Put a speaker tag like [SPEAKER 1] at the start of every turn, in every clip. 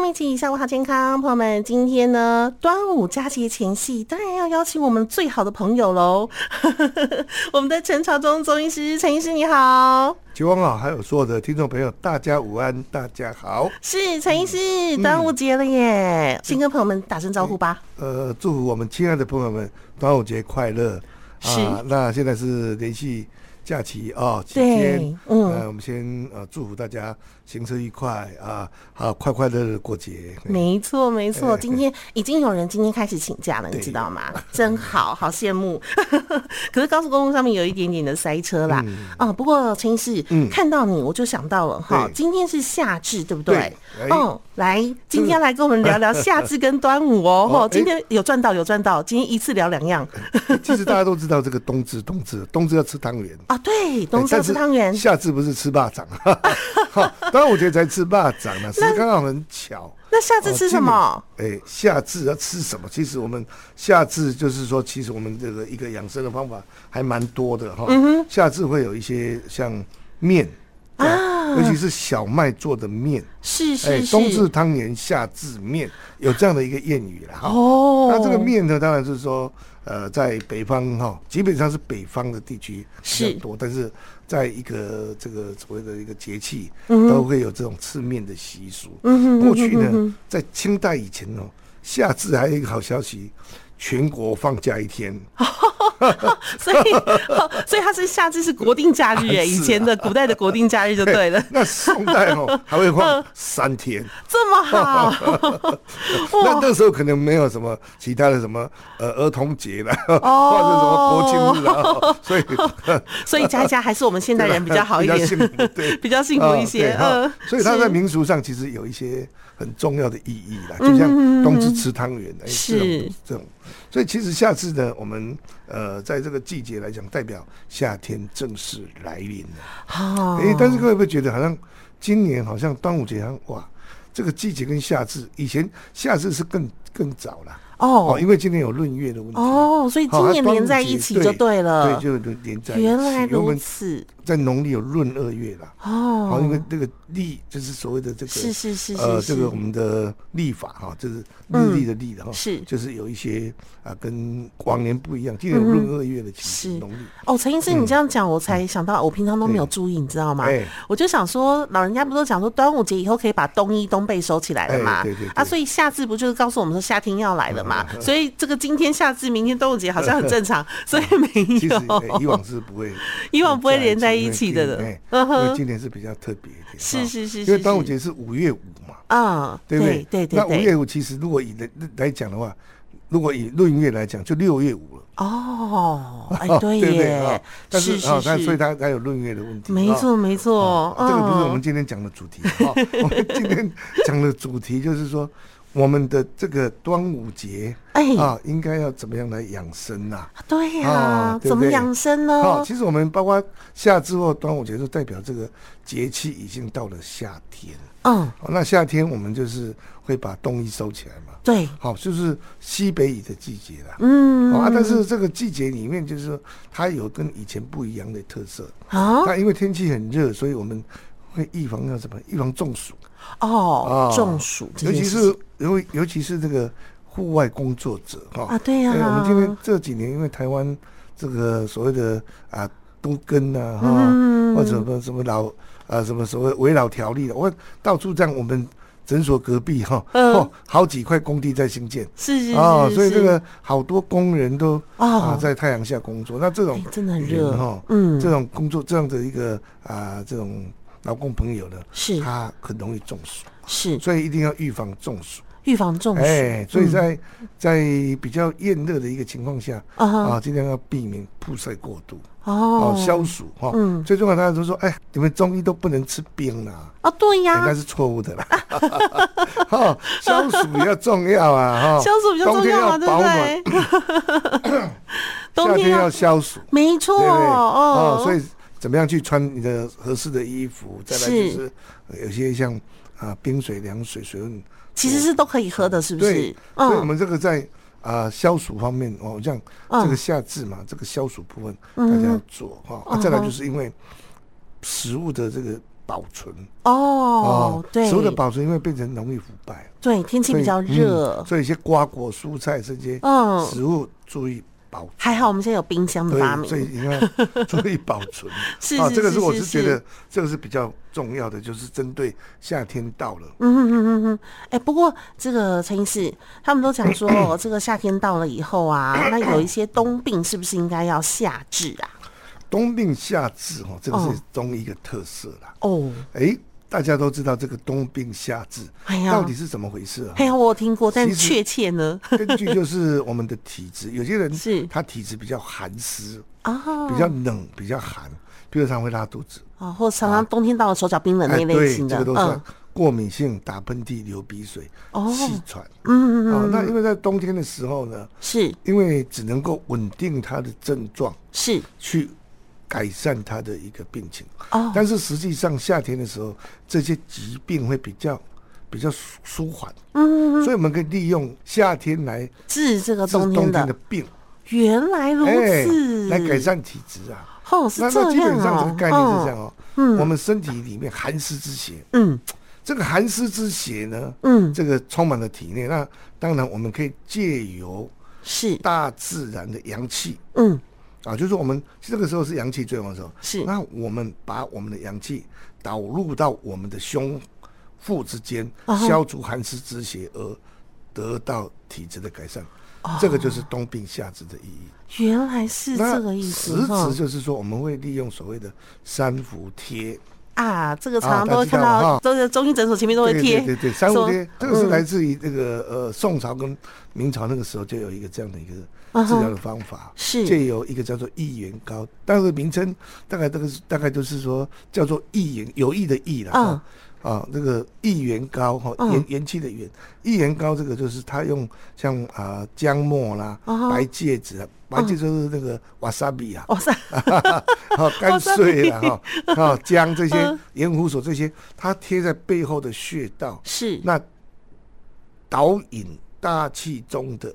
[SPEAKER 1] 们一起下午好健康，朋友们，今天呢端午佳节前夕，当然要邀请我们最好的朋友喽， 我们的陈朝忠中医师，陈医师你好，
[SPEAKER 2] 吉翁好，啊还有所有的听众朋友，大家午安，大家好。
[SPEAKER 1] 是陈医师，端午节了耶，先跟朋友们打声招呼吧。
[SPEAKER 2] 呃，祝福我们亲爱的朋友们端午节快乐
[SPEAKER 1] 是
[SPEAKER 2] 啊！那现在是连续假期啊、期
[SPEAKER 1] 对
[SPEAKER 2] 间，
[SPEAKER 1] 嗯
[SPEAKER 2] 呃，我们先呃祝福大家行车愉快啊，好快快乐乐地过节。
[SPEAKER 1] 没错，没错，今天已经有人今天开始请假了，你
[SPEAKER 2] 哎对
[SPEAKER 1] 知道吗？真好，好羡慕。 可是高速公路上面有一点点的塞车啦。
[SPEAKER 2] 嗯
[SPEAKER 1] 啊，不过陈医师，看到你我就想到了哈
[SPEAKER 2] 对，
[SPEAKER 1] 今天是夏至，对不对？
[SPEAKER 2] 对哎
[SPEAKER 1] 哦，来，今天来跟我们 聊聊夏至跟端午哦。
[SPEAKER 2] 哦
[SPEAKER 1] 吼
[SPEAKER 2] 哎
[SPEAKER 1] 今天有赚到，有赚到，今天一次聊两样
[SPEAKER 2] 其实大家都知道这个冬至，冬至，冬至要吃汤圆。
[SPEAKER 1] 啊。对，冬至要
[SPEAKER 2] 哎但
[SPEAKER 1] 吃
[SPEAKER 2] 是
[SPEAKER 1] 汤圆，
[SPEAKER 2] 夏至不是吃霸掌， 哈端午节才吃啊霸 掌呢，是刚好很巧。
[SPEAKER 1] 那夏至
[SPEAKER 2] 哦
[SPEAKER 1] 吃什么？？
[SPEAKER 2] 今年哎，夏至要吃什么？其实我们夏至就是说，其实我们这个一个养生的方法还蛮多的哈。
[SPEAKER 1] 嗯
[SPEAKER 2] 夏至会有一些像面啊，尤其是小麦做的面，哎
[SPEAKER 1] 是是是，
[SPEAKER 2] 冬至汤圆，夏至面，有这样的一个谚语了哈。
[SPEAKER 1] 哦，
[SPEAKER 2] 那这个面呢，当然是说，呃，在北方哈，基本上是北方的地区比
[SPEAKER 1] 是
[SPEAKER 2] 较多，但是在一个这个所谓的一个节气，
[SPEAKER 1] 嗯
[SPEAKER 2] 都会有这种吃面的习俗。过去
[SPEAKER 1] 嗯
[SPEAKER 2] 呢，在清代以前哦，夏至还有一个好消息，全国放假一天。
[SPEAKER 1] 啊 所以，哦所以它是夏至是国定假日
[SPEAKER 2] 是
[SPEAKER 1] 哎，
[SPEAKER 2] 啊，
[SPEAKER 1] 以前的古代的国定假日就对了
[SPEAKER 2] 那宋代哦，还会放三天。
[SPEAKER 1] 这么好
[SPEAKER 2] 那
[SPEAKER 1] 哇！
[SPEAKER 2] 那时候可能没有什么其他的什么呃儿童节啦，
[SPEAKER 1] 哦
[SPEAKER 2] 或者什么国庆日啦， 哦所以
[SPEAKER 1] 所以加一加还是我们现代人比较好一
[SPEAKER 2] 比较幸
[SPEAKER 1] 点，
[SPEAKER 2] 福，对，
[SPEAKER 1] 比较幸福一些。嗯
[SPEAKER 2] 啊对哈，所以它在
[SPEAKER 1] 是
[SPEAKER 2] 民俗上其实有一些很重要的意义啦，就像冬至吃汤圆，哎，
[SPEAKER 1] 嗯是
[SPEAKER 2] 这种这种。所以其实夏至呢，我们呃在这个季节来讲，代表夏天正式来临了。
[SPEAKER 1] 好
[SPEAKER 2] 哎，但是各位会不会觉得好像今年好像端午节好像哇？这个季节跟夏至，以前夏至是更更早啦。
[SPEAKER 1] 哦
[SPEAKER 2] 哦，因为今年有闰月的问题，
[SPEAKER 1] 哦，所以
[SPEAKER 2] 好
[SPEAKER 1] 今
[SPEAKER 2] 它
[SPEAKER 1] 年
[SPEAKER 2] 端午
[SPEAKER 1] 连在
[SPEAKER 2] 节
[SPEAKER 1] 一起就对了
[SPEAKER 2] 对，。就就连哦在一起。
[SPEAKER 1] 原来
[SPEAKER 2] 因为我
[SPEAKER 1] 如
[SPEAKER 2] 们
[SPEAKER 1] 此
[SPEAKER 2] 在农历有闰二月啦，好，因
[SPEAKER 1] 哦，
[SPEAKER 2] 为这个历就是所谓的这个
[SPEAKER 1] 是是是
[SPEAKER 2] 呃，
[SPEAKER 1] 是
[SPEAKER 2] 这个
[SPEAKER 1] 是
[SPEAKER 2] 我们的历法哈，就是日历的历的哈，
[SPEAKER 1] 是
[SPEAKER 2] 就是有一些啊跟往年不一样，今年有闰二月的情
[SPEAKER 1] 是
[SPEAKER 2] 形，农历
[SPEAKER 1] 哦，陈医师，你这样讲我才想到，我平常都没有注意，你知道吗
[SPEAKER 2] 嗯哎？
[SPEAKER 1] 我就想说，老人家不都讲说端午节以后可以把冬衣冬被收起来了嘛
[SPEAKER 2] 哎对对对？嗯
[SPEAKER 1] 啊，所以夏至不就是告诉我们说夏天要来了嘛？所以这个今天夏至，明天端午节好像很正常， 所以没
[SPEAKER 2] 其实哎以
[SPEAKER 1] 有，
[SPEAKER 2] 往是不会
[SPEAKER 1] 以往不会连在一起的
[SPEAKER 2] 因为
[SPEAKER 1] 了嗯
[SPEAKER 2] 今。哎因为
[SPEAKER 1] 哼，
[SPEAKER 2] 今年是比较特别一点，
[SPEAKER 1] 是
[SPEAKER 2] 哈
[SPEAKER 1] 是是是
[SPEAKER 2] 因为端午
[SPEAKER 1] 是
[SPEAKER 2] 节是五月五嘛，
[SPEAKER 1] 啊，
[SPEAKER 2] 对不对？
[SPEAKER 1] 对
[SPEAKER 2] 那
[SPEAKER 1] 对
[SPEAKER 2] 五月五其实如果以来来讲的话，如果以闰月来讲，就六月五了。
[SPEAKER 1] 哦，哎，
[SPEAKER 2] 对不对啊
[SPEAKER 1] 耶？，
[SPEAKER 2] 但
[SPEAKER 1] 是
[SPEAKER 2] 啊
[SPEAKER 1] 是，
[SPEAKER 2] 但所
[SPEAKER 1] 是，
[SPEAKER 2] 以它它有闰月的问题，
[SPEAKER 1] 没
[SPEAKER 2] 啊
[SPEAKER 1] 错没错，
[SPEAKER 2] 这个不是我
[SPEAKER 1] 嗯
[SPEAKER 2] 们今天讲的主题。哈， 我们今天讲的主题就是说，我们的这个端午节
[SPEAKER 1] 哎，
[SPEAKER 2] 啊，应该要怎么样来养生呐、啊？
[SPEAKER 1] 对呀
[SPEAKER 2] 啊，对
[SPEAKER 1] 怎
[SPEAKER 2] 不
[SPEAKER 1] 么
[SPEAKER 2] 对
[SPEAKER 1] 养生
[SPEAKER 2] 好、
[SPEAKER 1] 呢？
[SPEAKER 2] 其实我们包括夏至或端午节，就代表这个节气已经到了夏天。
[SPEAKER 1] 嗯，
[SPEAKER 2] 好，那夏天我们就是会把冬衣收起来嘛。
[SPEAKER 1] 对，
[SPEAKER 2] 好，就是西北雨的季节啦。
[SPEAKER 1] 嗯
[SPEAKER 2] 哦啊，但是这个季节里面，就是说它有跟以前不一样的特色。
[SPEAKER 1] 啊，
[SPEAKER 2] 那因为天气很热，所以我们会预防要什么？预防中暑。
[SPEAKER 1] 哦
[SPEAKER 2] 啊，
[SPEAKER 1] 中暑这
[SPEAKER 2] 尤
[SPEAKER 1] 件
[SPEAKER 2] 其
[SPEAKER 1] 事情，
[SPEAKER 2] 是尤尤其是这个户外工作者哈
[SPEAKER 1] 啊对呀
[SPEAKER 2] 哎我们今天这几年因为台湾这个所谓的啊都更啊哈，
[SPEAKER 1] 嗯
[SPEAKER 2] 或者什么什么老啊什么所谓围老条例的，我到处这样，我们诊所隔壁哈，
[SPEAKER 1] 嗯
[SPEAKER 2] 哦，好几块工地在新建
[SPEAKER 1] 是是是
[SPEAKER 2] 啊，
[SPEAKER 1] 是
[SPEAKER 2] 所以这个好多工人都
[SPEAKER 1] 哦
[SPEAKER 2] 啊在太阳下工作，那这种
[SPEAKER 1] 哎真的很
[SPEAKER 2] 人
[SPEAKER 1] 热
[SPEAKER 2] 哈，
[SPEAKER 1] 嗯
[SPEAKER 2] 这种工作这样的一个啊这种劳工朋友呢，
[SPEAKER 1] 是
[SPEAKER 2] 他很容易中暑。
[SPEAKER 1] 是
[SPEAKER 2] 所以一定要预防中暑。
[SPEAKER 1] 预防中暑，
[SPEAKER 2] 哎，所以
[SPEAKER 1] 嗯
[SPEAKER 2] 在在比较炎热的一个情况下
[SPEAKER 1] 啊哈
[SPEAKER 2] 啊，尽量要避免曝晒过度，
[SPEAKER 1] 哦
[SPEAKER 2] 哦，消暑哈
[SPEAKER 1] 嗯。
[SPEAKER 2] 最重要，大家都说，哎，你们中医都不能吃冰啦，
[SPEAKER 1] 啊，对
[SPEAKER 2] 哎那
[SPEAKER 1] 呀，
[SPEAKER 2] 是错误的啦。 哈，消暑比较重要啊，哈，
[SPEAKER 1] 消暑比较
[SPEAKER 2] 冬
[SPEAKER 1] 重
[SPEAKER 2] 天
[SPEAKER 1] 要嘛，对
[SPEAKER 2] 保暖，
[SPEAKER 1] 不对？冬
[SPEAKER 2] 夏
[SPEAKER 1] 天
[SPEAKER 2] 天
[SPEAKER 1] 要
[SPEAKER 2] 要消暑，
[SPEAKER 1] 没错
[SPEAKER 2] 对不对？
[SPEAKER 1] 哦
[SPEAKER 2] 哦，，所以怎么样去穿你的合适的衣服？再来
[SPEAKER 1] 是
[SPEAKER 2] 就是呃有些像啊冰水、凉水、水润。
[SPEAKER 1] 其实是都可以喝的，是不嗯
[SPEAKER 2] 对
[SPEAKER 1] 是？，
[SPEAKER 2] 所以我们这个在啊、消暑方面，哦，像
[SPEAKER 1] 嗯
[SPEAKER 2] 这个夏至嘛，哦
[SPEAKER 1] 嗯
[SPEAKER 2] 这个消暑部分大家要做哈、啊再来就是因为食物的这个保存。
[SPEAKER 1] 哦，对，
[SPEAKER 2] 所有的保存因为变成容易腐败，
[SPEAKER 1] 对天气
[SPEAKER 2] 所以
[SPEAKER 1] 比较
[SPEAKER 2] 嗯
[SPEAKER 1] 热，
[SPEAKER 2] 所以一些瓜果、蔬菜这些
[SPEAKER 1] 嗯
[SPEAKER 2] 食物注意保存。
[SPEAKER 1] 还好我们现在有冰箱的发
[SPEAKER 2] 对，所以
[SPEAKER 1] 明，
[SPEAKER 2] 你 看，注意保存
[SPEAKER 1] 是
[SPEAKER 2] 啊，
[SPEAKER 1] 是
[SPEAKER 2] 这个
[SPEAKER 1] 是
[SPEAKER 2] 是我
[SPEAKER 1] 是
[SPEAKER 2] 是觉
[SPEAKER 1] 是
[SPEAKER 2] 得这个是比较重要的，就是针对夏天到了，
[SPEAKER 1] 嗯哼哼哼哼，哎、不过这个陈医师他们都讲说， 哦这个夏天到了以后啊，那有一些冬病是不是应该要夏治啊？
[SPEAKER 2] 冬病夏治哈，这个
[SPEAKER 1] 哦
[SPEAKER 2] 是中医的特色啦。
[SPEAKER 1] 哦，
[SPEAKER 2] 哎，大家都知道这个冬病夏治
[SPEAKER 1] 哎呀
[SPEAKER 2] 到底是怎么回事啊？
[SPEAKER 1] 哎呀，我有听过，但
[SPEAKER 2] 其实
[SPEAKER 1] 确切呢？
[SPEAKER 2] 根据就是我们的体 质，有些人
[SPEAKER 1] 是
[SPEAKER 2] 他体质比较寒湿，
[SPEAKER 1] 啊，
[SPEAKER 2] 比较冷，比较寒，比如常会拉肚子，哎
[SPEAKER 1] 啊，或常常冬天到了手脚冰冷那一类
[SPEAKER 2] 对，
[SPEAKER 1] 型
[SPEAKER 2] 这
[SPEAKER 1] 的，
[SPEAKER 2] 个都
[SPEAKER 1] 嗯
[SPEAKER 2] 算过敏性打喷嚏、流鼻水、
[SPEAKER 1] 哦
[SPEAKER 2] 气喘。
[SPEAKER 1] 嗯嗯嗯，
[SPEAKER 2] 啊，那因为在冬天的时候呢，
[SPEAKER 1] 是
[SPEAKER 2] 因为只能够稳定他的症状，
[SPEAKER 1] 是
[SPEAKER 2] 去改善他的一个病情。
[SPEAKER 1] 哦
[SPEAKER 2] 但是实际上夏天的时候，这些疾病会比较比较舒舒缓。嗯，所以我们可以利用夏天来
[SPEAKER 1] 治这个
[SPEAKER 2] 治冬
[SPEAKER 1] 冬天
[SPEAKER 2] 天
[SPEAKER 1] 的，
[SPEAKER 2] 的病，哎
[SPEAKER 1] 原来如此，
[SPEAKER 2] 来改善体质啊。
[SPEAKER 1] 哦，是
[SPEAKER 2] 那
[SPEAKER 1] 这
[SPEAKER 2] 那基
[SPEAKER 1] 样
[SPEAKER 2] 本上
[SPEAKER 1] 哦，
[SPEAKER 2] 这个概念是这样
[SPEAKER 1] 哦，
[SPEAKER 2] 哦。我们身体里面寒湿之邪，
[SPEAKER 1] 嗯
[SPEAKER 2] 这个寒湿之邪呢，
[SPEAKER 1] 嗯，
[SPEAKER 2] 这个充满了体内。那当然，我们可以借由
[SPEAKER 1] 是，
[SPEAKER 2] 大自然的阳气
[SPEAKER 1] 嗯
[SPEAKER 2] 啊，就是我们这个时候是阳气最旺的时候。
[SPEAKER 1] 是
[SPEAKER 2] 那我们把我们的阳气导入到我们的胸腹之间，
[SPEAKER 1] 啊
[SPEAKER 2] 消除寒湿之邪，而得到体质的改善。这个就是冬病夏治的意义。
[SPEAKER 1] 原来哦是这个意
[SPEAKER 2] 实
[SPEAKER 1] 思哦哈
[SPEAKER 2] 质就是说，我们会利用所谓的三伏贴，
[SPEAKER 1] 啊，这个常
[SPEAKER 2] 啊
[SPEAKER 1] 常都会
[SPEAKER 2] 大家
[SPEAKER 1] 看
[SPEAKER 2] 知道
[SPEAKER 1] 到，
[SPEAKER 2] 哈
[SPEAKER 1] 都在中医诊所前面都会
[SPEAKER 2] 对
[SPEAKER 1] 贴，
[SPEAKER 2] 对对对，三伏
[SPEAKER 1] 说嗯
[SPEAKER 2] 贴，这个是来自于这个呃宋朝跟明朝那个时候就有一个这样的一个治疗的方法，
[SPEAKER 1] 啊是
[SPEAKER 2] 借由一个叫做益元膏，但是名称大概这个是大概就是说叫做益元有益的益了，
[SPEAKER 1] 嗯
[SPEAKER 2] 啊啊，这个益元膏哈，
[SPEAKER 1] 嗯
[SPEAKER 2] 元元气的元，益元膏这个就是它用像啊姜末啦
[SPEAKER 1] 啊哈、嗯
[SPEAKER 2] 白芥子啊，白芥就是那个瓦萨比啊，
[SPEAKER 1] 哦，是 啊
[SPEAKER 2] 好干碎了哈， 啊姜这些
[SPEAKER 1] 嗯
[SPEAKER 2] 盐胡索这些，它贴在背后的穴道，
[SPEAKER 1] 是
[SPEAKER 2] 那导引大气中的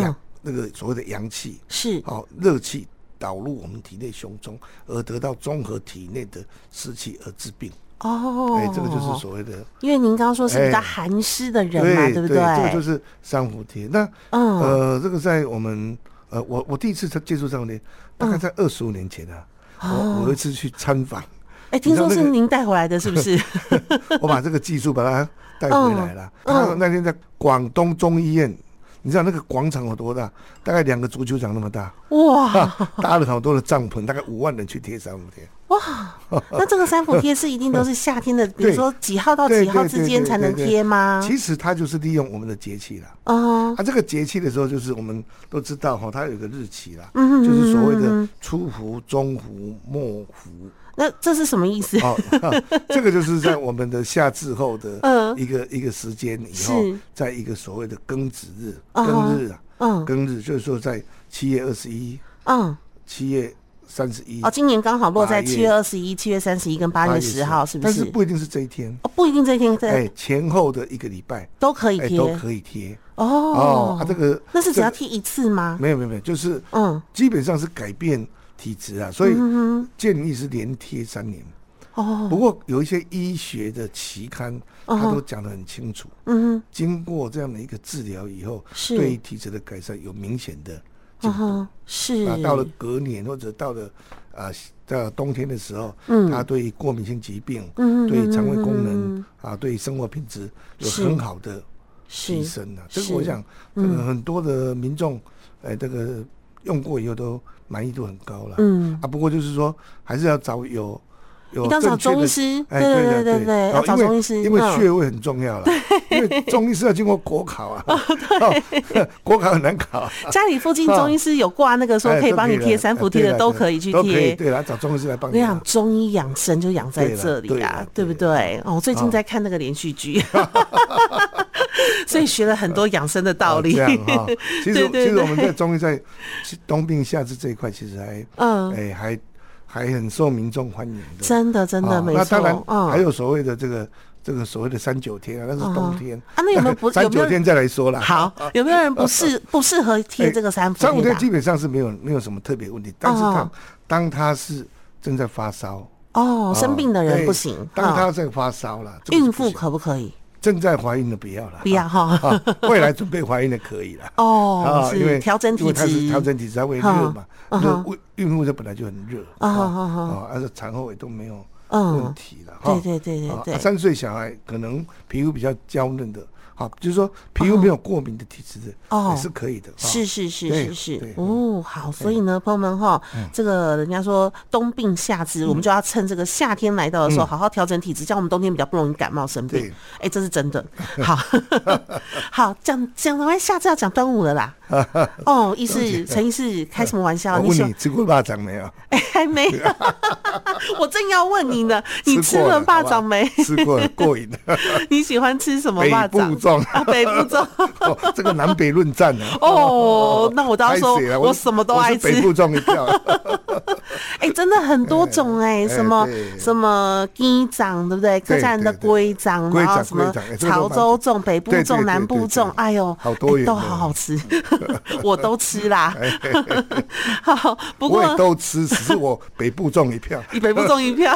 [SPEAKER 2] 阳、
[SPEAKER 1] 嗯
[SPEAKER 2] 那个所谓的阳气，
[SPEAKER 1] 是
[SPEAKER 2] 好、热气导入我们体内胸中，而得到综合体内的湿气而治病。
[SPEAKER 1] 哦，
[SPEAKER 2] 哎、这个就是所谓的
[SPEAKER 1] 因为您刚刚说是比较
[SPEAKER 2] 哎
[SPEAKER 1] 寒湿的人嘛，对不
[SPEAKER 2] 对，这个就
[SPEAKER 1] 对？
[SPEAKER 2] 是三伏贴。那、
[SPEAKER 1] 嗯，
[SPEAKER 2] 呃，这个在我们呃，我我第一次接触上呢，大
[SPEAKER 1] 嗯
[SPEAKER 2] 概在二十五年前啊。
[SPEAKER 1] 哦
[SPEAKER 2] 我我有一次去参访，
[SPEAKER 1] 哎，听说
[SPEAKER 2] 你知道
[SPEAKER 1] 是
[SPEAKER 2] 那个
[SPEAKER 1] 您带回来的，是 不是？
[SPEAKER 2] 我把这个技术把它带回来了。
[SPEAKER 1] 嗯
[SPEAKER 2] 他那天在广东中医院，你知道那个广场有多大？大概两个足球场那么 大，
[SPEAKER 1] 哇
[SPEAKER 2] 搭了好多的帐篷，大概五万人去贴三伏贴。
[SPEAKER 1] 哇，那这个三伏贴是一定都是夏天的，比如
[SPEAKER 2] 对
[SPEAKER 1] 说几号到
[SPEAKER 2] 对
[SPEAKER 1] 几号
[SPEAKER 2] 对
[SPEAKER 1] 之
[SPEAKER 2] 对
[SPEAKER 1] 间
[SPEAKER 2] 对
[SPEAKER 1] 才
[SPEAKER 2] 对
[SPEAKER 1] 能
[SPEAKER 2] 对
[SPEAKER 1] 贴吗？
[SPEAKER 2] 其实它就是利用我们的节气啦。
[SPEAKER 1] 哦，
[SPEAKER 2] 啊，这个节气的时候，就是我们都知道哈，它有一个日期啦，
[SPEAKER 1] 嗯
[SPEAKER 2] 就是所谓的初伏、中伏、末伏。
[SPEAKER 1] 那这是什么意思？
[SPEAKER 2] 哦， 这个就是在我们的夏至后的
[SPEAKER 1] 嗯
[SPEAKER 2] 一个、一个时间以后
[SPEAKER 1] 是，
[SPEAKER 2] 在一个所谓的庚子日，
[SPEAKER 1] 啊哈
[SPEAKER 2] 庚日啊，
[SPEAKER 1] 嗯
[SPEAKER 2] 庚日就是说在七月二十一、
[SPEAKER 1] 嗯，
[SPEAKER 2] 七月三十一
[SPEAKER 1] 哦，、今年刚好落在
[SPEAKER 2] 八月
[SPEAKER 1] 七月二十一、七月三十一跟八
[SPEAKER 2] 八
[SPEAKER 1] 月十号，是不
[SPEAKER 2] 但
[SPEAKER 1] 是
[SPEAKER 2] 是？不一定是这一天，
[SPEAKER 1] 哦，不一定这一天
[SPEAKER 2] 哎
[SPEAKER 1] 在，
[SPEAKER 2] 前后的一个礼拜，
[SPEAKER 1] 都可以
[SPEAKER 2] 哎
[SPEAKER 1] 贴
[SPEAKER 2] 都可以贴。
[SPEAKER 1] 哦
[SPEAKER 2] 哦，啊，这个
[SPEAKER 1] 那是只要
[SPEAKER 2] 这
[SPEAKER 1] 贴一次吗？
[SPEAKER 2] 没有没有没有，就是
[SPEAKER 1] 嗯，
[SPEAKER 2] 基本上是改变体质啊，所以建议是连贴三年。
[SPEAKER 1] 哦，
[SPEAKER 2] 不过有一些医学的期刊，它都讲得很清楚。
[SPEAKER 1] 嗯
[SPEAKER 2] 经过这样的一个治疗以后，
[SPEAKER 1] 是
[SPEAKER 2] 对体质的改善有明显的
[SPEAKER 1] 哼，嗯
[SPEAKER 2] 进步。
[SPEAKER 1] 哼，是
[SPEAKER 2] 那到了隔年或者到了啊，到了冬天的时候，它对过敏性疾病、
[SPEAKER 1] 嗯
[SPEAKER 2] 对肠胃功能啊、对生活品质有
[SPEAKER 1] 是
[SPEAKER 2] 很好的提
[SPEAKER 1] 是
[SPEAKER 2] 升啊。这
[SPEAKER 1] 是嗯
[SPEAKER 2] 个我想，这个很多的民众，哎，这个用过以后都满意度很高了。
[SPEAKER 1] 嗯
[SPEAKER 2] 啊，不过就是说，还是要找有有
[SPEAKER 1] 一定要找
[SPEAKER 2] 正确的
[SPEAKER 1] 中医师
[SPEAKER 2] 哎，
[SPEAKER 1] 对对
[SPEAKER 2] 对
[SPEAKER 1] 对对对
[SPEAKER 2] 对，
[SPEAKER 1] 要
[SPEAKER 2] 哦
[SPEAKER 1] 找
[SPEAKER 2] 因为
[SPEAKER 1] 中医师
[SPEAKER 2] 因为
[SPEAKER 1] 嗯
[SPEAKER 2] 穴位很 重要了，因为中医师要经过国考啊，哦 国考很难考啊，
[SPEAKER 1] 家里附近中医师有挂那个说
[SPEAKER 2] 哎
[SPEAKER 1] 可以帮你
[SPEAKER 2] 啦
[SPEAKER 1] 贴三伏贴
[SPEAKER 2] 哎
[SPEAKER 1] 的，
[SPEAKER 2] 对啦
[SPEAKER 1] 都
[SPEAKER 2] 对
[SPEAKER 1] 可以去
[SPEAKER 2] 都可以
[SPEAKER 1] 贴。
[SPEAKER 2] 对啦，找中医师来帮
[SPEAKER 1] 我
[SPEAKER 2] 你
[SPEAKER 1] 跟你
[SPEAKER 2] 啊。
[SPEAKER 1] 讲，中医养生就养在这
[SPEAKER 2] 对
[SPEAKER 1] 里啊
[SPEAKER 2] 啦，
[SPEAKER 1] 对
[SPEAKER 2] 对啦啊
[SPEAKER 1] 不对？哦，我最近在看那个连续剧， 所以学了很多养生的道
[SPEAKER 2] 哦
[SPEAKER 1] 理
[SPEAKER 2] 这。样哈，其
[SPEAKER 1] 对
[SPEAKER 2] 实
[SPEAKER 1] 对
[SPEAKER 2] 其实
[SPEAKER 1] 对
[SPEAKER 2] 我们在中医在冬病夏治这一块，其实还
[SPEAKER 1] 嗯
[SPEAKER 2] 哎还还很受民众欢迎的，
[SPEAKER 1] 真的，真的，
[SPEAKER 2] 啊
[SPEAKER 1] 没
[SPEAKER 2] 那当
[SPEAKER 1] 错。
[SPEAKER 2] 然还
[SPEAKER 1] 嗯，
[SPEAKER 2] 有所谓的这个这个所谓的三九天啊，那是冬天
[SPEAKER 1] 啊那 有没有不有
[SPEAKER 2] 三
[SPEAKER 1] 没有
[SPEAKER 2] 九天再来说啦。 哎
[SPEAKER 1] 好，有没有人不 适不适合贴这个三伏哦
[SPEAKER 2] 三五
[SPEAKER 1] 贴的
[SPEAKER 2] 天
[SPEAKER 1] 啊？
[SPEAKER 2] 基本上是没有没有什么特别问题，但是它、
[SPEAKER 1] 哦
[SPEAKER 2] 当它是正在发烧，
[SPEAKER 1] 哦，生病的人
[SPEAKER 2] 对
[SPEAKER 1] 不行。
[SPEAKER 2] 哎当
[SPEAKER 1] 哈
[SPEAKER 2] 他在发烧了，这个是
[SPEAKER 1] 孕
[SPEAKER 2] 不
[SPEAKER 1] 妇
[SPEAKER 2] 行
[SPEAKER 1] 可不可以？
[SPEAKER 2] 正在怀孕的不要了，
[SPEAKER 1] 不要哈。
[SPEAKER 2] 啊，未来准备怀孕的可以了。
[SPEAKER 1] 哦，
[SPEAKER 2] 啊因为
[SPEAKER 1] 是调整
[SPEAKER 2] 因为
[SPEAKER 1] 体
[SPEAKER 2] 它是
[SPEAKER 1] 质，
[SPEAKER 2] 调整体质，它会热嘛，热孕孕妇这本来就很热
[SPEAKER 1] 啊
[SPEAKER 2] 啊
[SPEAKER 1] 哈哈
[SPEAKER 2] 啊，而且产后也都没有
[SPEAKER 1] 嗯
[SPEAKER 2] 问题了哈。
[SPEAKER 1] 对对对对
[SPEAKER 2] 啊
[SPEAKER 1] 对
[SPEAKER 2] 啊三岁小孩可能皮肤比较娇嫩的，好，就是说皮肤没有过敏的体质的，
[SPEAKER 1] 哦
[SPEAKER 2] 也是可以的。啊
[SPEAKER 1] 是是是
[SPEAKER 2] 对
[SPEAKER 1] 是是
[SPEAKER 2] 对，嗯
[SPEAKER 1] 哦，好，所以呢，朋友们哈，这个人家说冬病夏治，我们就要趁这个夏天来到的时候，好好调整体质，这样我们冬天比较不容易感冒生病
[SPEAKER 2] 嗯对。
[SPEAKER 1] 哎，这是真 的。好， 好，讲讲完下次要讲端午了 啦。哦，意思陈医师开什么玩笑？
[SPEAKER 2] 我
[SPEAKER 1] 啊你喜
[SPEAKER 2] 啊哦
[SPEAKER 1] 欢
[SPEAKER 2] 问你？吃过腊肠没有？
[SPEAKER 1] 哎，还没有，我正要问你 呢。 你吃
[SPEAKER 2] 过
[SPEAKER 1] 了
[SPEAKER 2] 了
[SPEAKER 1] 霸
[SPEAKER 2] 好不好
[SPEAKER 1] 掌没？
[SPEAKER 2] 吃过了，过瘾。
[SPEAKER 1] 你喜欢吃什么
[SPEAKER 2] 北
[SPEAKER 1] 霸掌
[SPEAKER 2] 部？粽，
[SPEAKER 1] 啊，北部 粽。
[SPEAKER 2] 哦这个南北论战呢。
[SPEAKER 1] 哦，那我到时候
[SPEAKER 2] 拍谁啊
[SPEAKER 1] 我什么都
[SPEAKER 2] 我是
[SPEAKER 1] 爱吃。
[SPEAKER 2] 北部粽 一票。
[SPEAKER 1] 哎、真的很多种哎、
[SPEAKER 2] 哎
[SPEAKER 1] 什么
[SPEAKER 2] 对
[SPEAKER 1] 什么鸡掌，对不对？客家人的
[SPEAKER 2] 对对
[SPEAKER 1] 龟掌，
[SPEAKER 2] 龟
[SPEAKER 1] 然后
[SPEAKER 2] 掌
[SPEAKER 1] 什么
[SPEAKER 2] 龟掌哎这个
[SPEAKER 1] 潮
[SPEAKER 2] 都蛮
[SPEAKER 1] 州粽、北部
[SPEAKER 2] 对对
[SPEAKER 1] 粽、
[SPEAKER 2] 对
[SPEAKER 1] 南
[SPEAKER 2] 对
[SPEAKER 1] 部
[SPEAKER 2] 对
[SPEAKER 1] 粽，
[SPEAKER 2] 对
[SPEAKER 1] 哎呦，
[SPEAKER 2] 好多
[SPEAKER 1] 哎
[SPEAKER 2] 元哦哎
[SPEAKER 1] 都
[SPEAKER 2] 的
[SPEAKER 1] 好好 吃，我都吃啦。 好，不
[SPEAKER 2] 我也
[SPEAKER 1] 过
[SPEAKER 2] 都吃，只是我北部粽一票。
[SPEAKER 1] 北部粽一 票。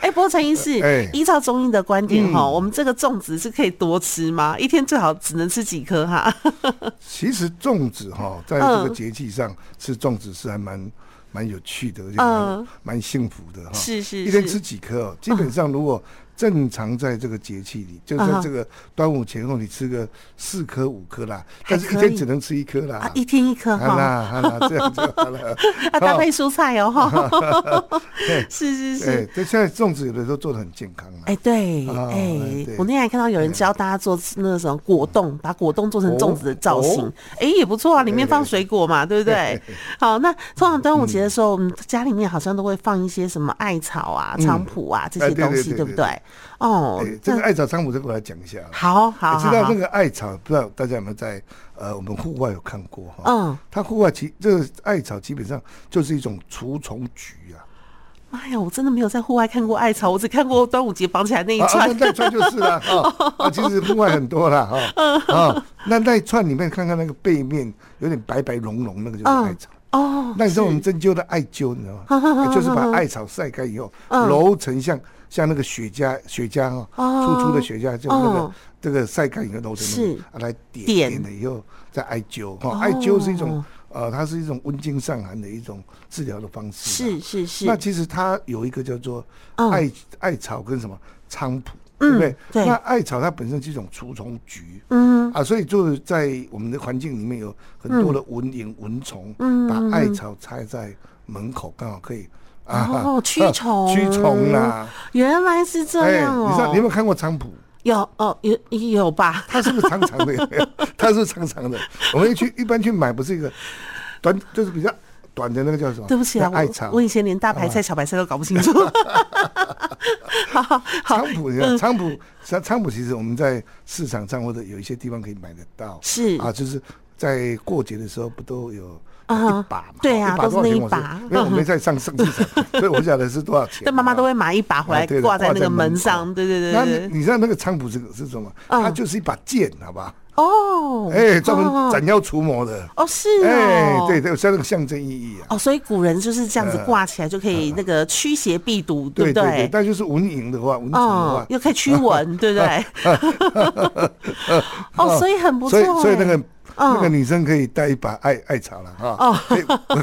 [SPEAKER 1] 哎、不过陈医师，
[SPEAKER 2] 哎嗯
[SPEAKER 1] 依照中医的观点哈、我们这个粽子是可以多吃吗？一天最好只能吃几颗哈？
[SPEAKER 2] 啊其实粽子哈，在这
[SPEAKER 1] 嗯
[SPEAKER 2] 个节气上吃粽子是还蛮蛮有趣的，而且
[SPEAKER 1] 嗯
[SPEAKER 2] 蛮蛮幸福的哈。
[SPEAKER 1] 是是
[SPEAKER 2] 一天
[SPEAKER 1] 是
[SPEAKER 2] 吃几颗哦？基本上如果正常在这个节气里，就
[SPEAKER 1] 啊哈
[SPEAKER 2] 在这个端午前后，你吃个四颗五颗啦，
[SPEAKER 1] 还
[SPEAKER 2] 但是一
[SPEAKER 1] 可以
[SPEAKER 2] 天只能吃一颗啦。
[SPEAKER 1] 啊，一天一颗
[SPEAKER 2] 好
[SPEAKER 1] 哈，
[SPEAKER 2] 啦好 啦，这样就好了。
[SPEAKER 1] 啊，搭配蔬菜 哦哈。 是是是。
[SPEAKER 2] 哎，对，现在粽子有的时候做的很健康啊。
[SPEAKER 1] 哎，对，
[SPEAKER 2] 啊
[SPEAKER 1] 哎
[SPEAKER 2] 哎，对
[SPEAKER 1] 我那天还看到有人教大家做那个什么果冻，把果冻做成粽子的造型
[SPEAKER 2] 哦，
[SPEAKER 1] 哎，也不错啊，里面放水果嘛，对不对？好，那通常端午
[SPEAKER 2] 嗯
[SPEAKER 1] 节的时候，我们家里面好像都会放一些什么艾草啊、菖蒲啊这
[SPEAKER 2] 哎
[SPEAKER 1] 些
[SPEAKER 2] 对
[SPEAKER 1] 东
[SPEAKER 2] 对
[SPEAKER 1] 西，
[SPEAKER 2] 对
[SPEAKER 1] 对不
[SPEAKER 2] 对
[SPEAKER 1] 对？哦
[SPEAKER 2] 哎，这
[SPEAKER 1] 那
[SPEAKER 2] 个艾草菖蒲，这个我来讲一下啊。
[SPEAKER 1] 好好
[SPEAKER 2] 你知
[SPEAKER 1] 好，
[SPEAKER 2] 道
[SPEAKER 1] 好
[SPEAKER 2] 那个艾草，不知道大家有没有在呃我们户外有看过哈？
[SPEAKER 1] 嗯，
[SPEAKER 2] 它户外其这个艾草基本上就是一种除虫菊啊，
[SPEAKER 1] 妈哎呀，我真的没有在户外看过艾草，我只看过端午节绑起来那一
[SPEAKER 2] 啊，啊
[SPEAKER 1] 串
[SPEAKER 2] 那。那串就是 啦，哈啊，其实户外很多啦，
[SPEAKER 1] 嗯
[SPEAKER 2] 哈啊，那那一串里面看看那个背面有点白白茸茸，那个就是艾草。
[SPEAKER 1] 哦，
[SPEAKER 2] 那时候我们针灸的艾灸，你知道吗？ 哎就是把艾草晒干以后，
[SPEAKER 1] 嗯
[SPEAKER 2] 揉成像像那个雪茄雪茄哈，
[SPEAKER 1] 哦
[SPEAKER 2] 粗粗的雪茄，就那
[SPEAKER 1] 哦
[SPEAKER 2] 个这个晒干以后揉成那
[SPEAKER 1] 是
[SPEAKER 2] 个啊来点
[SPEAKER 1] 点
[SPEAKER 2] 点了以后再艾灸
[SPEAKER 1] 哦
[SPEAKER 2] 哈，艾灸是一种呃，它是一种温经上寒的一种治疗的方式啊。
[SPEAKER 1] 是是是，
[SPEAKER 2] 那其实它有一个叫做
[SPEAKER 1] 嗯
[SPEAKER 2] 艾艾草跟什么菖蒲，对
[SPEAKER 1] 嗯
[SPEAKER 2] 不对？
[SPEAKER 1] 对
[SPEAKER 2] 那艾草它本身是一种除虫菊，
[SPEAKER 1] 嗯
[SPEAKER 2] 啊，所以就是在我们的环境里面有很多的蚊蝇、蚊虫，
[SPEAKER 1] 嗯
[SPEAKER 2] 把艾草插在门口，刚好可以啊，
[SPEAKER 1] 哦驱虫
[SPEAKER 2] 驱虫啦。
[SPEAKER 1] 原来是这样
[SPEAKER 2] 哎你知道你有没
[SPEAKER 1] 哦，
[SPEAKER 2] 有看过菖蒲？
[SPEAKER 1] 有哦有有吧？
[SPEAKER 2] 它是不是长长 的？它是不是长长的。我们去一般去买，不是一个短，就是比较短的那个叫什么？
[SPEAKER 1] 对不起啊，
[SPEAKER 2] 叫艾
[SPEAKER 1] 我
[SPEAKER 2] 草
[SPEAKER 1] 我。以前连大白菜、小白菜都搞不 清楚。好好 好，嗯
[SPEAKER 2] 菖蒲，你看菖蒲，菖菖蒲其实我们在市场上或者有一些地方可以买得到，
[SPEAKER 1] 是
[SPEAKER 2] 啊，就是在过节的时候不都有
[SPEAKER 1] 啊哈
[SPEAKER 2] 一把嘛？
[SPEAKER 1] 对啊
[SPEAKER 2] 一把
[SPEAKER 1] 都是那一
[SPEAKER 2] 多少钱
[SPEAKER 1] 把
[SPEAKER 2] 我是因为我没在上上市 场，所以我不晓得是多少钱。
[SPEAKER 1] 对，妈妈都
[SPEAKER 2] 啊
[SPEAKER 1] 会买一把回来
[SPEAKER 2] 啊对的
[SPEAKER 1] 挂在那个门
[SPEAKER 2] 挂在
[SPEAKER 1] 上。
[SPEAKER 2] 门
[SPEAKER 1] 对对
[SPEAKER 2] 那
[SPEAKER 1] 对对
[SPEAKER 2] 你你知道那个菖蒲是是什么？
[SPEAKER 1] 嗯
[SPEAKER 2] 它就是一把剑，好吧？
[SPEAKER 1] 哦，
[SPEAKER 2] 哎，专
[SPEAKER 1] 哦
[SPEAKER 2] 门斩妖除魔的。
[SPEAKER 1] 哦是
[SPEAKER 2] 哎
[SPEAKER 1] 哦，，
[SPEAKER 2] 对对，有像那个象征意义啊。
[SPEAKER 1] 哦，所以古人就是这样子挂起来就可以那个驱邪避毒，不
[SPEAKER 2] 呃对对对
[SPEAKER 1] 对，？
[SPEAKER 2] 但就是蚊蝇的话，蚊虫的
[SPEAKER 1] 哦
[SPEAKER 2] 话，，
[SPEAKER 1] 又可以驱 蚊，对不对？哦，所以很不错
[SPEAKER 2] 所以
[SPEAKER 1] 哎。
[SPEAKER 2] 所以那个。
[SPEAKER 1] 嗯
[SPEAKER 2] 那个女生可以带一把艾艾草了哈，
[SPEAKER 1] 哦
[SPEAKER 2] 可以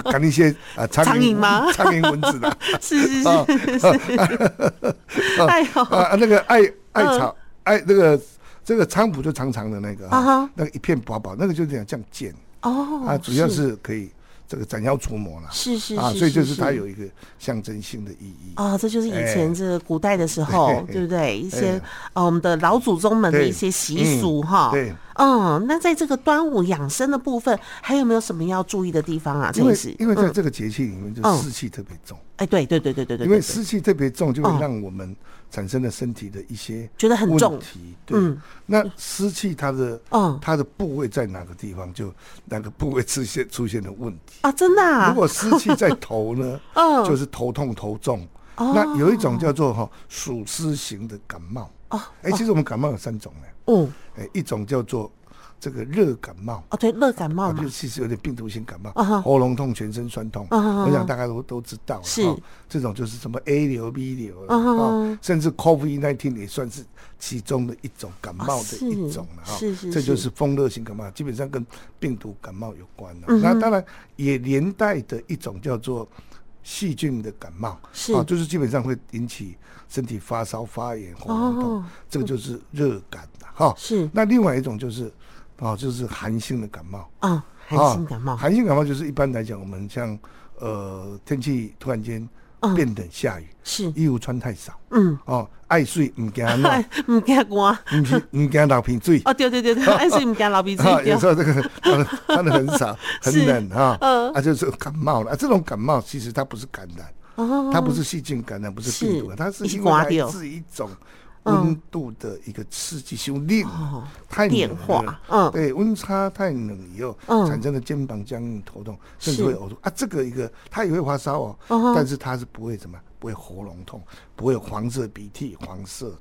[SPEAKER 2] 赶一些啊苍
[SPEAKER 1] 苍蝇吗
[SPEAKER 2] 苍蝇蚊子的
[SPEAKER 1] 是 是是是， 哎呦，
[SPEAKER 2] 啊，那个艾艾草艾那个这个菖蒲就长长的那个
[SPEAKER 1] 嗯啊哈
[SPEAKER 2] 哈，那个一片薄薄，那个就这样这样剪
[SPEAKER 1] 哦，
[SPEAKER 2] 啊，主要是可以这个斩妖除魔了
[SPEAKER 1] 是是
[SPEAKER 2] 啊，
[SPEAKER 1] 是
[SPEAKER 2] 所以就是是
[SPEAKER 1] 是
[SPEAKER 2] 它有一个象征性的意义。
[SPEAKER 1] 哦，这就是以
[SPEAKER 2] 哎
[SPEAKER 1] 前这个古代的时候，
[SPEAKER 2] 对
[SPEAKER 1] 对不对？一些
[SPEAKER 2] 哎
[SPEAKER 1] 呃，我们的老祖宗们的
[SPEAKER 2] 对
[SPEAKER 1] 一些习俗
[SPEAKER 2] 嗯
[SPEAKER 1] 哈。
[SPEAKER 2] 对。
[SPEAKER 1] 嗯，那在这个端午养生的部分，还有没有什么要注意的地方啊？
[SPEAKER 2] 因
[SPEAKER 1] 陈
[SPEAKER 2] 为
[SPEAKER 1] 医师，
[SPEAKER 2] 因为在
[SPEAKER 1] 嗯
[SPEAKER 2] 这个节气里面，就
[SPEAKER 1] 嗯
[SPEAKER 2] 湿气特别重，
[SPEAKER 1] 哎，对对对对对对，
[SPEAKER 2] 因为
[SPEAKER 1] 对
[SPEAKER 2] 湿气特别重，就会
[SPEAKER 1] 哦
[SPEAKER 2] 让我们产生了身体的一些
[SPEAKER 1] 嗯觉得很
[SPEAKER 2] 问
[SPEAKER 1] 重
[SPEAKER 2] 题。对
[SPEAKER 1] 嗯，
[SPEAKER 2] 那湿气它的
[SPEAKER 1] 嗯
[SPEAKER 2] 它的部位在哪个地方，就哪个部位出现出现的问题。
[SPEAKER 1] 啊，真的啊，
[SPEAKER 2] 如，果湿气在头呢
[SPEAKER 1] 嗯
[SPEAKER 2] 就是头痛头重。
[SPEAKER 1] 哦
[SPEAKER 2] 那有一种叫做哈暑湿型的感冒。
[SPEAKER 1] 哦
[SPEAKER 2] 哎，其实我们感冒有三种呢，
[SPEAKER 1] 嗯，
[SPEAKER 2] 哎，一种叫做这个热感冒，
[SPEAKER 1] 哦，对，热感冒
[SPEAKER 2] 啊，
[SPEAKER 1] 嘛
[SPEAKER 2] 就，其实有点病毒性感冒
[SPEAKER 1] 啊哈，
[SPEAKER 2] 喉咙痛、全身酸痛，
[SPEAKER 1] 啊哈哈
[SPEAKER 2] 我想大家都都知道了。
[SPEAKER 1] 是
[SPEAKER 2] 哦这种就是什么 A 流、B 流了
[SPEAKER 1] 啊哈哈
[SPEAKER 2] 哦甚至 COVID-19 也算是其中的一种感冒的一种了哈。
[SPEAKER 1] 啊是是是
[SPEAKER 2] 这就是风热性感冒，基本上跟病毒感冒有关了。
[SPEAKER 1] 嗯
[SPEAKER 2] 那当然也连带的一种叫做细菌的感冒，
[SPEAKER 1] 是
[SPEAKER 2] 啊，就是基本上会引起身体发烧、发炎、喉咙痛
[SPEAKER 1] 哦，
[SPEAKER 2] 这个就是热感的哈。
[SPEAKER 1] 是
[SPEAKER 2] 那另外一种就是，啊，就是寒性的感冒。
[SPEAKER 1] 啊，寒
[SPEAKER 2] 啊
[SPEAKER 1] 性感冒，
[SPEAKER 2] 寒性感冒就是一般来讲，我们像呃天气突然间
[SPEAKER 1] 嗯
[SPEAKER 2] 变冷下雨，
[SPEAKER 1] 是，
[SPEAKER 2] 衣服穿太少
[SPEAKER 1] 嗯，
[SPEAKER 2] 哦，爱睡唔惊
[SPEAKER 1] 哎
[SPEAKER 2] 冷，，
[SPEAKER 1] 唔惊寒，
[SPEAKER 2] 唔是唔惊流鼻水。
[SPEAKER 1] 哦，对对对对，哎，所以唔惊流鼻水
[SPEAKER 2] 啊，，
[SPEAKER 1] 对
[SPEAKER 2] 有时候这个穿的穿的很 少，
[SPEAKER 1] 是
[SPEAKER 2] 很冷哈，
[SPEAKER 1] 嗯
[SPEAKER 2] 啊，就是感冒了。啊这种感冒其实它不是感染，
[SPEAKER 1] 哦，
[SPEAKER 2] 它不是细菌感染，不是病毒
[SPEAKER 1] 是
[SPEAKER 2] 感染，它是
[SPEAKER 1] 是
[SPEAKER 2] 因
[SPEAKER 1] 刮
[SPEAKER 2] 为
[SPEAKER 1] 掉嗯
[SPEAKER 2] 来自一种温度的一个刺激，修炼
[SPEAKER 1] 哦
[SPEAKER 2] 太冷
[SPEAKER 1] 变化
[SPEAKER 2] 了，
[SPEAKER 1] 嗯
[SPEAKER 2] 对，温差太冷以后
[SPEAKER 1] 嗯
[SPEAKER 2] 产生的肩膀僵硬、头痛，甚
[SPEAKER 1] 是
[SPEAKER 2] 至会呕吐啊。这个一个它也会发烧哦
[SPEAKER 1] 嗯哼，
[SPEAKER 2] 但是它是不会怎么样，不会喉咙痛，不会有黄色鼻涕、黄色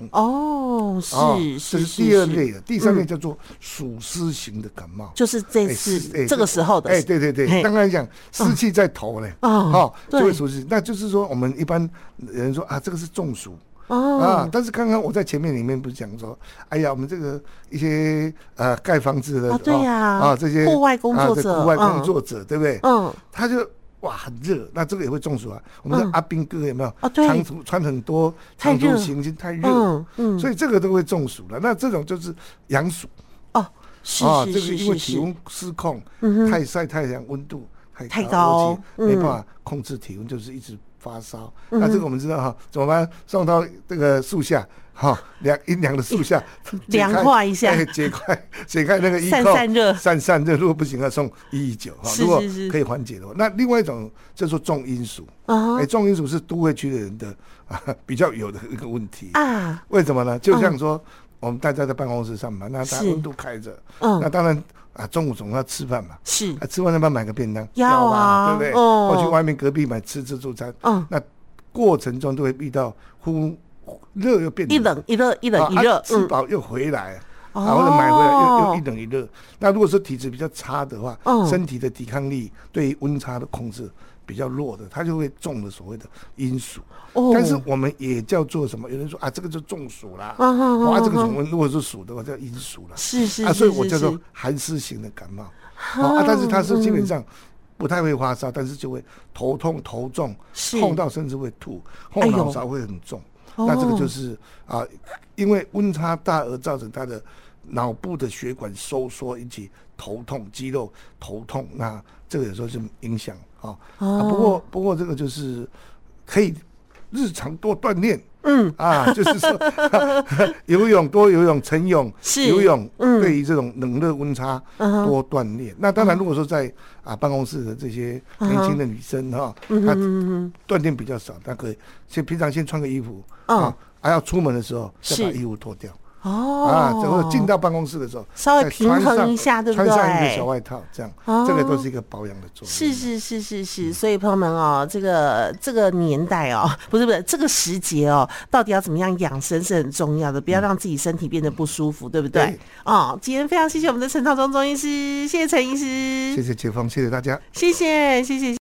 [SPEAKER 2] 痰。
[SPEAKER 1] 哦，
[SPEAKER 2] 哦
[SPEAKER 1] 是
[SPEAKER 2] 这
[SPEAKER 1] 是
[SPEAKER 2] 是第二
[SPEAKER 1] 是
[SPEAKER 2] 类的，啊第三类叫做暑湿型的感冒。
[SPEAKER 1] 就是这
[SPEAKER 2] 哎是哎
[SPEAKER 1] 次这个时候的，
[SPEAKER 2] 哎，对对
[SPEAKER 1] 嘿
[SPEAKER 2] 对，刚刚讲湿气在头嘞，
[SPEAKER 1] 哦
[SPEAKER 2] 哦，
[SPEAKER 1] 对
[SPEAKER 2] 就会暑湿，那就是说我们一般人说啊，这个是中暑。啊
[SPEAKER 1] 哦，，
[SPEAKER 2] 但是刚刚我在前面里面不是讲说，哎呀，我们这个一些呃盖房子的
[SPEAKER 1] 啊对呀
[SPEAKER 2] 啊这些
[SPEAKER 1] 户外工作
[SPEAKER 2] 啊对
[SPEAKER 1] 者
[SPEAKER 2] 户外
[SPEAKER 1] 嗯
[SPEAKER 2] 工作者对不对？
[SPEAKER 1] 嗯，
[SPEAKER 2] 他就哇很热，那这个也会中暑啊。我们
[SPEAKER 1] 嗯
[SPEAKER 2] 的阿兵哥有没有？
[SPEAKER 1] 啊对
[SPEAKER 2] 长途穿很多，
[SPEAKER 1] 太
[SPEAKER 2] 长途
[SPEAKER 1] 热
[SPEAKER 2] 行军太热
[SPEAKER 1] 嗯，嗯
[SPEAKER 2] 所以这个都会中暑了。那这种就是阳暑
[SPEAKER 1] 哦，是
[SPEAKER 2] 啊，
[SPEAKER 1] 是
[SPEAKER 2] 这个
[SPEAKER 1] 是
[SPEAKER 2] 因为
[SPEAKER 1] 是
[SPEAKER 2] 体
[SPEAKER 1] 是，
[SPEAKER 2] 温失控，太晒太阳，温度太
[SPEAKER 1] 太高
[SPEAKER 2] 而且没
[SPEAKER 1] 嗯
[SPEAKER 2] 办法控制体温，就是一直发烧。那这个我们知道哈，怎么办？送到这个树下哈，凉阴凉的树下解开
[SPEAKER 1] 凉快一下
[SPEAKER 2] 哎解开解开那个衣
[SPEAKER 1] 散
[SPEAKER 2] 扣，
[SPEAKER 1] 散热
[SPEAKER 2] 散散热。如果不行啊，送一一九哈。
[SPEAKER 1] 是
[SPEAKER 2] 如果
[SPEAKER 1] 是是
[SPEAKER 2] 可以缓解的话，那另外一种叫做重因素。
[SPEAKER 1] 啊
[SPEAKER 2] 哎，重因素是都会区的人的啊比较有的一个问题。
[SPEAKER 1] 啊，
[SPEAKER 2] 为什么呢？就像说，我们大家在办公室上班，那大家
[SPEAKER 1] 是
[SPEAKER 2] 温度开着，
[SPEAKER 1] 嗯
[SPEAKER 2] 那当然啊，中午总要吃饭嘛，
[SPEAKER 1] 是
[SPEAKER 2] 啊，吃完饭要买个便当，
[SPEAKER 1] 要啊
[SPEAKER 2] 对不对？
[SPEAKER 1] 哦
[SPEAKER 2] 或去外面隔壁买吃自助餐，
[SPEAKER 1] 嗯
[SPEAKER 2] 那过程中都会遇到忽忽热又变
[SPEAKER 1] 一冷一热一冷一
[SPEAKER 2] 啊
[SPEAKER 1] 热
[SPEAKER 2] 啊，吃
[SPEAKER 1] 嗯，
[SPEAKER 2] 饱又回来。
[SPEAKER 1] 哦
[SPEAKER 2] 啊，或者买回来又又一冷一热。那如果说体质比较差的话，
[SPEAKER 1] 嗯
[SPEAKER 2] 身体的抵抗力对于温差的控制比较弱的，它就会中了所谓的阴暑。
[SPEAKER 1] 哦
[SPEAKER 2] 但是我们也叫做什么？有人说啊，这个就中暑啦。
[SPEAKER 1] 嗯嗯嗯
[SPEAKER 2] 哇，这个
[SPEAKER 1] 嗯
[SPEAKER 2] 我们如果是暑的话叫阴暑了。
[SPEAKER 1] 是是
[SPEAKER 2] 啊，
[SPEAKER 1] 是
[SPEAKER 2] 所以我
[SPEAKER 1] 是
[SPEAKER 2] 叫做
[SPEAKER 1] 是嗯
[SPEAKER 2] 寒湿型的感冒。哦啊，但是它是基本上不太会发烧，但是就会头痛、头重，
[SPEAKER 1] 是哎
[SPEAKER 2] 痛到甚至会吐，后
[SPEAKER 1] 哎呦
[SPEAKER 2] 脑勺会很重。那这
[SPEAKER 1] 哦
[SPEAKER 2] 个就是啊，因为温差大而造成他的脑部的血管收缩，引起头痛、肌肉头痛。那这个有时候就影响啊啊。不
[SPEAKER 1] 哦
[SPEAKER 2] 过不过这个就是可以日常多锻炼。嗯啊，就是说 游泳多游泳，晨泳
[SPEAKER 1] 是
[SPEAKER 2] 游泳，
[SPEAKER 1] 嗯
[SPEAKER 2] 对于这种冷热温差多锻炼。那当然，如果说在啊办公室的这些
[SPEAKER 1] 嗯
[SPEAKER 2] 年轻的女生哈，她锻炼比较少，那可以先平常先穿个衣服
[SPEAKER 1] 嗯
[SPEAKER 2] 啊，还要出门的时候再
[SPEAKER 1] 是
[SPEAKER 2] 把衣服脱掉
[SPEAKER 1] 哦
[SPEAKER 2] 啊，然后进到办公室的时候
[SPEAKER 1] 稍微
[SPEAKER 2] 再穿
[SPEAKER 1] 平衡
[SPEAKER 2] 上
[SPEAKER 1] 一下对不
[SPEAKER 2] 穿上一
[SPEAKER 1] 对
[SPEAKER 2] 个小外套，这样
[SPEAKER 1] 哦
[SPEAKER 2] 这个都是一个保养的作用。
[SPEAKER 1] 是是是是
[SPEAKER 2] 嗯
[SPEAKER 1] 是，所以朋友们哦，这个这个年代哦， 不是不是这个时节哦，到底要怎么样养生是很重要的，不要让自己身体变得不舒服，对不对？
[SPEAKER 2] 对
[SPEAKER 1] 哦，今天非常谢谢我们的陈朝忠中医师，谢谢陈医师
[SPEAKER 2] 谢，谢解放，谢谢大家。
[SPEAKER 1] 谢谢谢谢。